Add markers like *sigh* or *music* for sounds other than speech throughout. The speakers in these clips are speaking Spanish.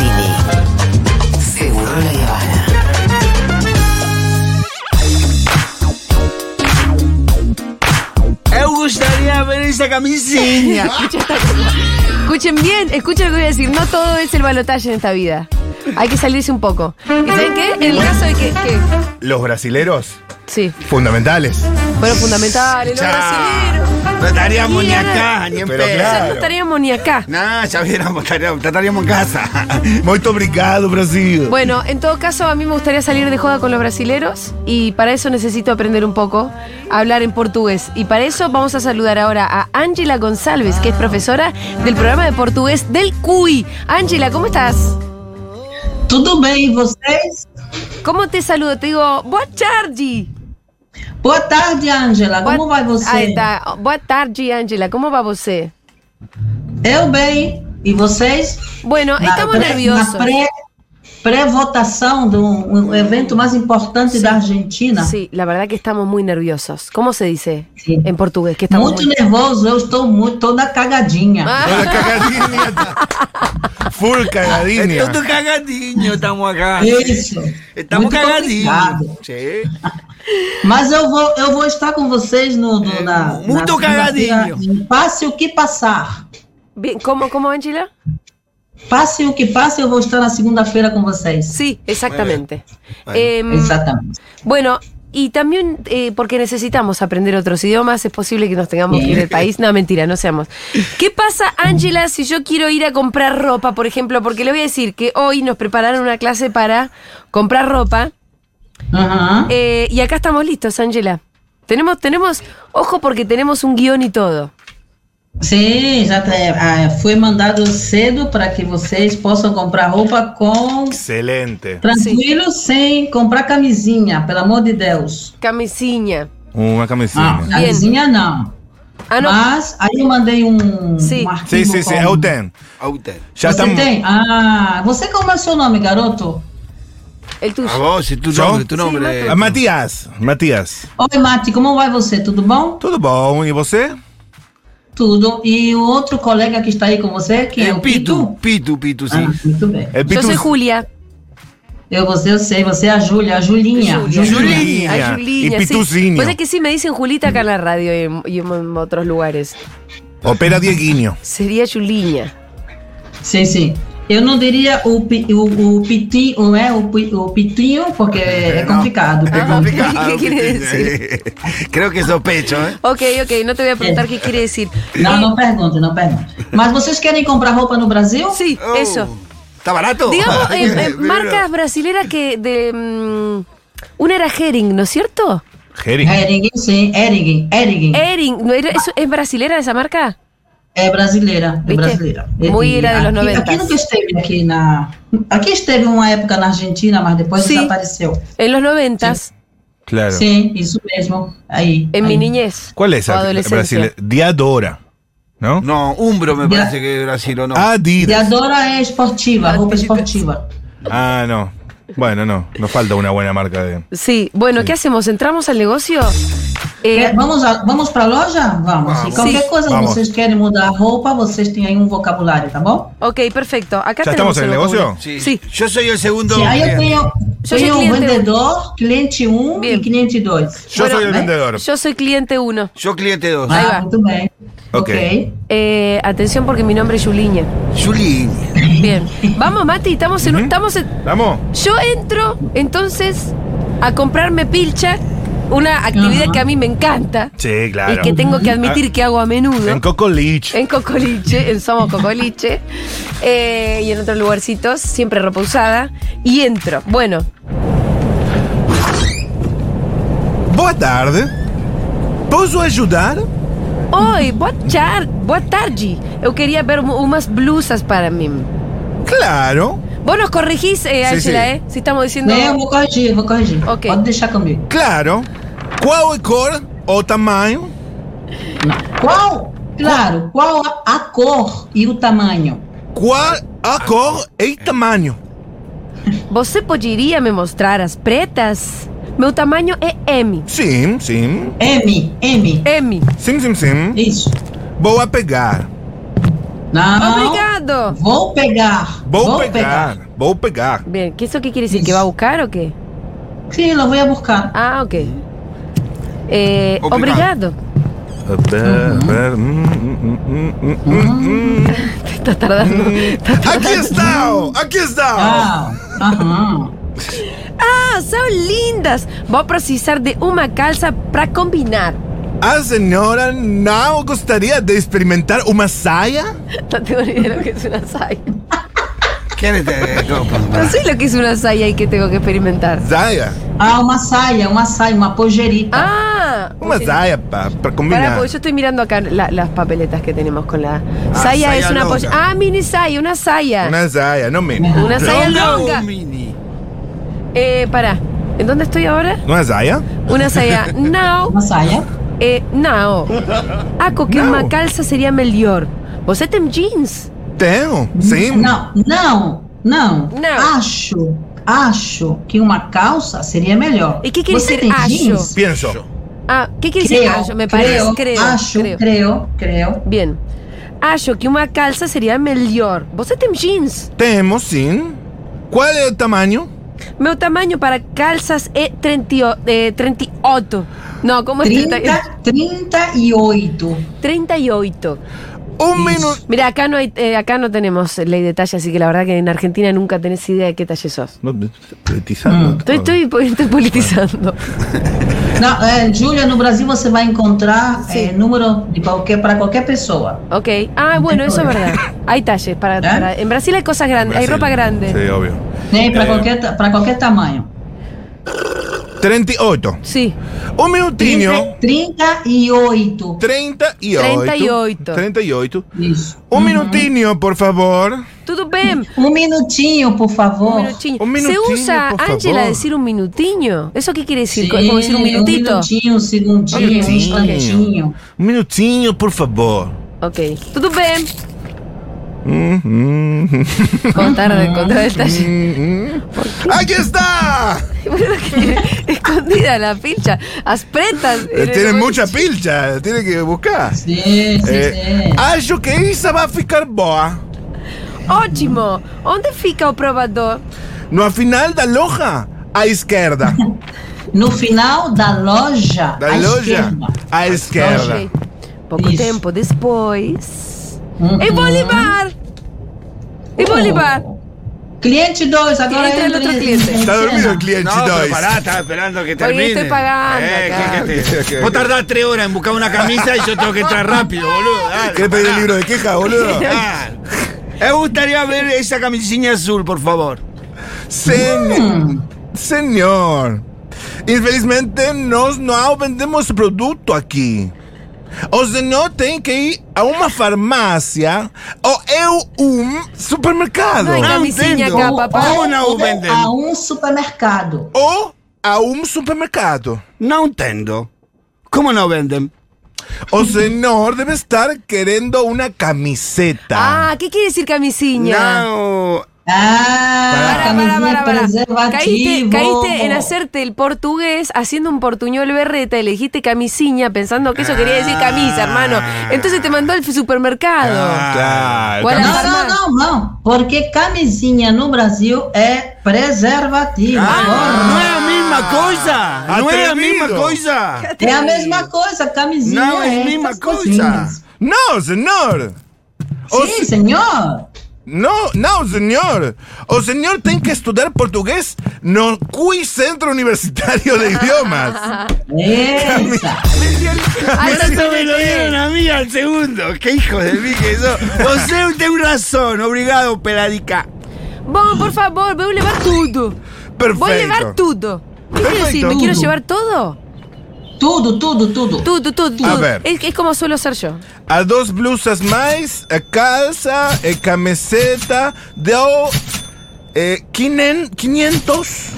Paulini. Seguro la Habana. Me gustaría ver esa camisinha. Escuchen bien, escuchen lo que voy a decir. No todo es el balotaje en esta vida. Hay que salirse un poco. ¿Y saben qué? En el caso de que. que- Los brasileros, sí, fundamentales. fueron fundamentales, los brasileños. No estaríamos ni acá, ni en Pero pedo. claro. No estaríamos ni acá. Nah, ya viéramos, estaríamos, estaríamos en casa. Muy obrigado, Brasil. Bueno, en todo caso, a mí me gustaría salir de joda con los brasileros y para eso necesito aprender un poco a hablar en portugués. Y para eso vamos a saludar ahora a Ángela González, que es profesora del programa de portugués del CUI. Ángela, ¿cómo estás? Tudo bem, e vocês? ¿Cómo te saludo? Te digo, boa tarde. Boa tarde, Ângela. Como vai você? Ahí tá. está. Boa tarde, Ángela. ¿Cómo va eh? você? Eu bem. E vocês? Bueno, então estamos pré- nerviosos. Na pré, pré-votação do um evento mais importante da Argentina. Sí, la verdad que estamos muy nerviosos. ¿Cómo se dice Sí. en portugués? tá Que estamos Muito então. muy- nervoso, eu estou muito, toda cagadinha. Ah. Toda cagadinha. tá. Full cagadinha. Todos cagadinhos estamos acá. Isso. Estamos Muito cagadinhos. complicado. Sí. Mas eu vou, eu vou estar com vocês no, no- na. É, muito na segunda-feira. cagadinho. Passe o que passar. Bien, ¿Cómo, cómo, Ángela? Passe o que passe, eu vou estar na segunda-feira com vocês. Sí, exactamente. Muy bien. Em, Exatamente. bueno, y también eh, porque necesitamos aprender otros idiomas, es posible que nos tengamos que ir del país. No, mentira, no seamos. ¿Qué pasa, Ángela, si yo quiero ir a comprar ropa, por ejemplo? Porque le voy a decir que hoy nos prepararon una clase para comprar ropa. Aham. Eh, y acá estamos listos, Ángela. Tenemos, tenemos, ojo porque tenemos un guión y todo. Sim, já tá, ah, foi mandado cedo para que vocês possam comprar roupa com Excelente. tranquilo, sem comprar camisinha, pelo amor de Deus. Camisinha. Uma Ah, camisinha. camisinha não. Ah, no. Mas aí eu mandei um, Sim. um arquivo. Sim, sim, sim. com- Eu tenho. A usted. Já tá Você estamos. tem? Ah, você como é o seu nome, garoto? El tuyo. A vos, si tu ¿Yo? nombre, tu Sí, nombre. Ah, Matias. Matias. Oi, Mati, como vai você? Tudo bom? Tudo bom? E você? Tudo. E o outro colega que está aí com você, que é, Eh, o Pitu, Pitu, Pitu? Pitu, sí. Ah, muito bem. É Yo Pitu- soy Julia. Eu, você, eu sei, você é a Júlia, a Julinha. Júlia. Julinha. Ay, Juliña, E sí. Pituzinho. Pues es que sí me dicen Julita acá en la radio y en, y en otros lugares. Opera Dieguinho. Sería Juliña. Sim, sim. Eu não diria o, pi- o, o pitinho, não é o, pi- o pitinho, porque é complicado. Es complicado. *laughs* ¿Qué quiere Pitu, sí. Creo que sospecho, ¿eh? Ok, ok, no te voy a preguntar qué quiere decir. Não, não pergunte, não pergunte. Mas vocês querem comprar roupa no Brasil? Sí, Oh, *laughs* eso. ¿Está barato? *laughs* Digamos, eh, eh, Pero- marcas brasileras que de... mm, una era Hering, ¿no es cierto? Jerry. Hering, É, sim, É, Hering, Hering. Hering, ¿no era- es, ¿es brasilera esa marca? É brasileira, Viste? é brasileira. Muito E ira dos aqui, 90. Aqui nunca esteve, aqui na... Aqui esteve uma época na Argentina, mas depois Sim. desapareceu. En los noventas, Claro. Sim, isso mesmo, aí. en mi aí. niñez. ¿Cuál es o esa? adolescencia. Brasil. Diadora. ¿No? No, Umbro me Ya. parece que es Brasil o no. E Adidas. adora é esportiva, roupa esportiva. Ah, no. Bueno, no. Nos falta una buena marca de. Sí, bueno, ¿qué hacemos? ¿Entramos al negocio? Eh, Quer- vamos a- vamos para a loja? Vamos. Vamos. E qualquer Sim. coisa que Vamos. vocês querem mudar a roupa, vocês têm aí um vocabulário, tá bom? ok, perfecto. Acá ¿Ya tenemos estamos en el vocabular. negocio? Sí. Sí. Yo soy el segundo. Então, Sim, aí eu tenho, Sou tenho de um cliente um. vendedor, cliente 1 um Bem. e cliente 2. Yo Bueno, soy el ¿eh? vendedor. Yo soy cliente uno. Yo cliente dos. Ahí Ah, va. muito bem. Ok. Ok. Eh, atención porque mi nombre es Yuliña. Juli. Bien. Vamos, Mati, estamos en un. Ujú. Estamos en- ¿Vamos? yo entro entonces a comprarme pilcha, una actividad Ajá. que a mí me encanta Sí, y que tengo que admitir que hago a menudo. Ah. En Cocolich. En Cocoliche, en Somos Cocoliche, eh, y en otros lugarcitos, siempre ropa usada, y entro. Bueno, Boa tarde. ¿Puedo ayudar? hoy, boa, char- boa tarde, eu queria ver mu- umas blusas para mim. Claro, Vos nos corregís, eh, Sí, Ángela, sí. ¿eh? Si estamos diciendo... Bem, eu vou corrigir, vou corrigir. Ok. Pode deixar comigo. claro. ¿Cuál es cor o tamaño? Qual? Claro, qual a, a cor e o tamanho? ¿Cuál a cor e tamaño? Você poderia me mostrar as pretas? Meu tamanho é M. Sim, sim. M, M. M. Sim, sim, sim. Isso. Vou a pegar. Não. Obrigado. Vou pegar. Vou, pegar, vou pegar. Bien, ¿qué eso qué quiere decir? Isso. ¿Que va a buscar o qué? Sim, eu vou buscar. Ah, ok. Eh, Obrigado. obrigado. *laughs* Uhum. Te estás tardando. Aqui está! Aqui está! Ah, aham. Ah, son lindas. Voy a precisar de una calza para combinar. *laughs* A senhora não gostaria de experimentar uma saia? No tengo ni idea de lo que es una saya. ¿Quién es *laughs* este? No, No sé lo que es una saya y que tengo que experimentar. Saia? Ah, uma saia, uma saia, uma pojerita. Ah, Uma sí. saia para Pará, combinar. porque yo estoy mirando acá la- las papeletas que tenemos con la. saya, saya es una longa. polla. Ah, mini saya, una saya. Una, Uma saia, não menos. saya longa. mini. Eh, pará. ¿En dónde estoy ahora? Uma saia? Una *laughs* saya. Now. Uma saia. Eh, now. Aco, que Now. una calza sería melhor. Vos tem jeans. Tenho, sim. Não, não, não. Não. Acho, acho que uma calça seria melhor. E que que Você dizer tem acho? jeans? Penso. Ah, ¿qué quiere decir? Creo, Ayo, me parece. creo, Ah, Creo. acho, creo. creo, creo, Bien. Acho que una calza sería melhor. Vos tem jeans. Temos, sim. Qual é o tamanho? Meu tamaño para calzas é 38. Eh, 38. No, ¿cómo es 38? 30, 38. 38. Um minuto. Mira, acá no hay, eh, acá no tenemos ley de talla, así que la verdad que en Argentina nunca tenés idea de qué talle sos. Politizando. Mm. Estoy, estoy, po- estoy politizando. Não, é, Júlia, no Brasil você vai encontrar Sim. é, número de qualquer para qualquer pessoa. Ok. Ah, bueno, eso es verdad. Hay talles para, ¿Eh? para- En Brasil hay cosas grandes, hay ropa grande. Sim, óbvio. Né? Para É. qualquer, ta- pra qualquer tamanho. 38. Sí. Um minutinho. 38. 38. 38. 38. Isso. Mm. Um minutinho, por favor. Tudo bem. Um minutinho, por Un Um favor. minutinho. Un ¿Se minutinho, usa, por Ángela, favor. decir un minutiño? ¿Eso qué quiere decir? Sim, ¿Como decir un minutito? Um minutinho, um segundinho, um Minutinho. instantinho. Um minutinho, por favor. ok. Tudo bem. Hum, hum. Mm-hmm. *laughs* Contar, contar el talle. Aqui está! Bueno, que- Escondida la pincha. Aspretas. Eh, Tiene mucha pilcha, tiene que buscar. Sim, sim, Eh, É. sim. acho que isso vai ficar boa. Ótimo! Onde fica o provador? No final da loja, *laughs* à esquerda. No final da loja, Da à loja, esquerda. à esquerda. Ok. Pouco Isso. tempo depois. Uhum. Em Bolivar! Oh. Em Bolivar! Cliente 2, agora Entra entra no outro em- cliente. em Está dormido cena. el Tá cliente No, pero dois. pará, estaba esperando que Oye, termine. estoy pagando Eh, acá. ¿qué- qué te- Ok, ok, Vos ok. tardás tres horas en buscar una camisa y yo tengo que entrar rápido, boludo. dale, ¿Querés pedir el pará. libro de *laughs* queja, boludo? Ah, Me gustaría ver esa camisinha azul, por favor. Sen- Señor, infelizmente nós não vendemos produto aqui. O senhor tem que ir a uma farmácia ou eu um supermercado. Não, Ah, camisinha entendo. acá, um papá. Ou não vendem. a um supermercado. Ou a um supermercado. No entiendo. ¿Cómo no venden? O senhor deve Oh, estar querendo uma camiseta. Ah, ¿qué quiere decir camisinha? No. Ah, Para, para, camisinha para, para. Caíste, preservativo. caíste en hacerte el portugués haciendo un portuñol berreta y le dijiste camisinha pensando que eso quería decir camisa, hermano. Ah. Entonces te mandó al supermercado. claro. Guarda- cami- Não, não, não, não. Porque camisinha no Brasil é preservativo. Ah, Ah, Ah. é No es la misma cosa. No es la Atrevido. misma cosa. É a mesma coisa, camisinha. Não, é a essas mesma coisa. pues coisinhas. Não, senhor. O Sim, senhor. Oh, No, no, señor. O señor tiene que estudiar portugués no CUI Centro Universitario de Idiomas. Eita. Ay, Por eso me lo tenés que- dieron a mí al segundo. Qué hijo de mí que sos. José, usted un razón. Obrigado, Pelarica. Vos, por favor, voy a llevar todo. *laughs* Voy a llevar Perfecto. todo. ¿Qué quiere decir? ¿Me Perfecto. quiero Então. llevar todo? Tudo, tudo, tudo. Todo, todo, todo. A ver. Es, es como suelo ser yo. *laughs* A dos blusas más, a calza, a camiseta, de oh, eh, quinen- 500,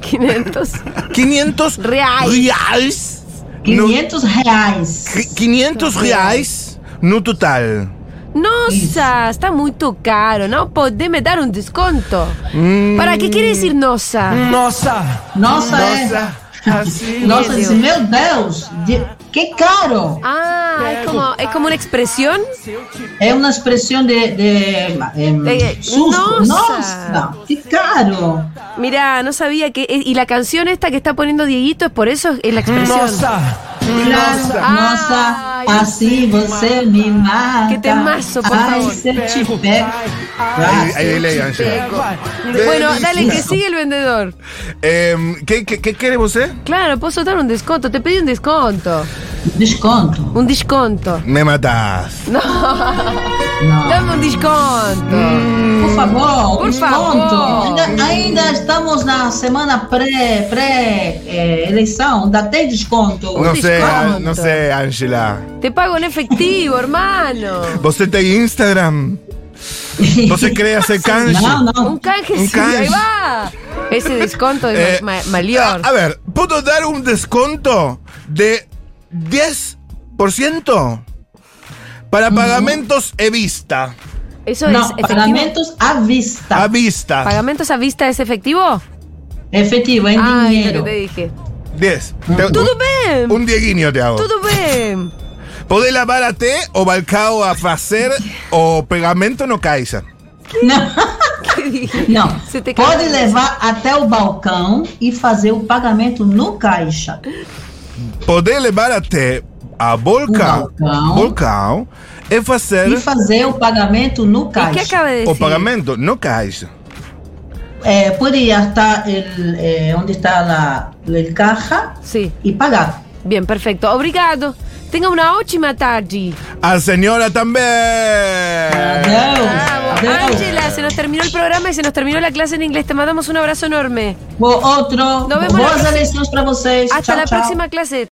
500 500 Reais. reais. No- 500 reais. qui- 500 reais no total. Nossa, está muy caro. No podeme dar un desconto. Mm. ¿Para qué quiere decir nosa? Nossa. Nossa, é. Así. Nossa, Meu disse, meu Deus, de- que caro! Ah, Ah, es como, es como una expresión. É uma expressão de, de, eh, De- susto. Nossa! Nossa. que caro. Mirá, no sabía que. eh, Y la canción esta que está poniendo Dieguito es por eso, es la expresión. Claro, Nossa. nossa, assim você me mata. Que temaço, por Ai, favor. se eu te pego. Ahí, ahí dile, Ángela. Bueno, dale, que sigue el vendedor. Em, ¿qué, qué, ¿Qué quiere usted? Claro, puedo dar un desconto. Te pedí un desconto. Desconto. Un desconto. Me matas. No, Não. dame un desconto. Por favor, Por um favor. desconto. Ainda, ainda estamos na semana pré-eleição, pré, eh, eleição. ainda tem desconto. No sé, desconto. no sé, Ángela. Te pago en efectivo, hermano. ¿Vos te Instagram? ¿Vos cree *laughs* hacer canje? Não, não. Un canje, Un sí, ahí canje. va. Ese desconto Eh, es ma- ma- malior. A, a ver, ¿puedo dar un desconto de 10% Mm. para pagamentos e vista? Eso es Não, efectivo. pagamentos à vista. Ah, É A vista. ¿Pagamentos a vista es efectivo? Efetivo, em Ah, es lo dinheiro. que te dije. 10. Te- Todo bien. Un dieguinho te hago. Todo bien. Podés lavar a té o balcao a facer o pegamento no caixa. *laughs* *laughs* Não. ¿Qué dije? Não, Você tem que- pode levar até o balcão e fazer o pagamento no caixa. Podés levar a té a volcao, balcão. volcao e facer E fazer o pagamento ¿Y no qué caixa. acaba de decir? o pagamento no caixa. É, poderia estar el, é, onde está lá o caixa Sí. e pagar. Bien, perfecto. Obrigado. Tenga una ótima tarde. A señora también. Adeus. Ah, Adeus. Ángela, se nos terminó el programa y se nos terminó la clase en inglés. Te mandamos un abrazo enorme. Bom, vemos outro. na Boas próxima. eleições para vocês. Hasta tchau, la tchau. próxima clase.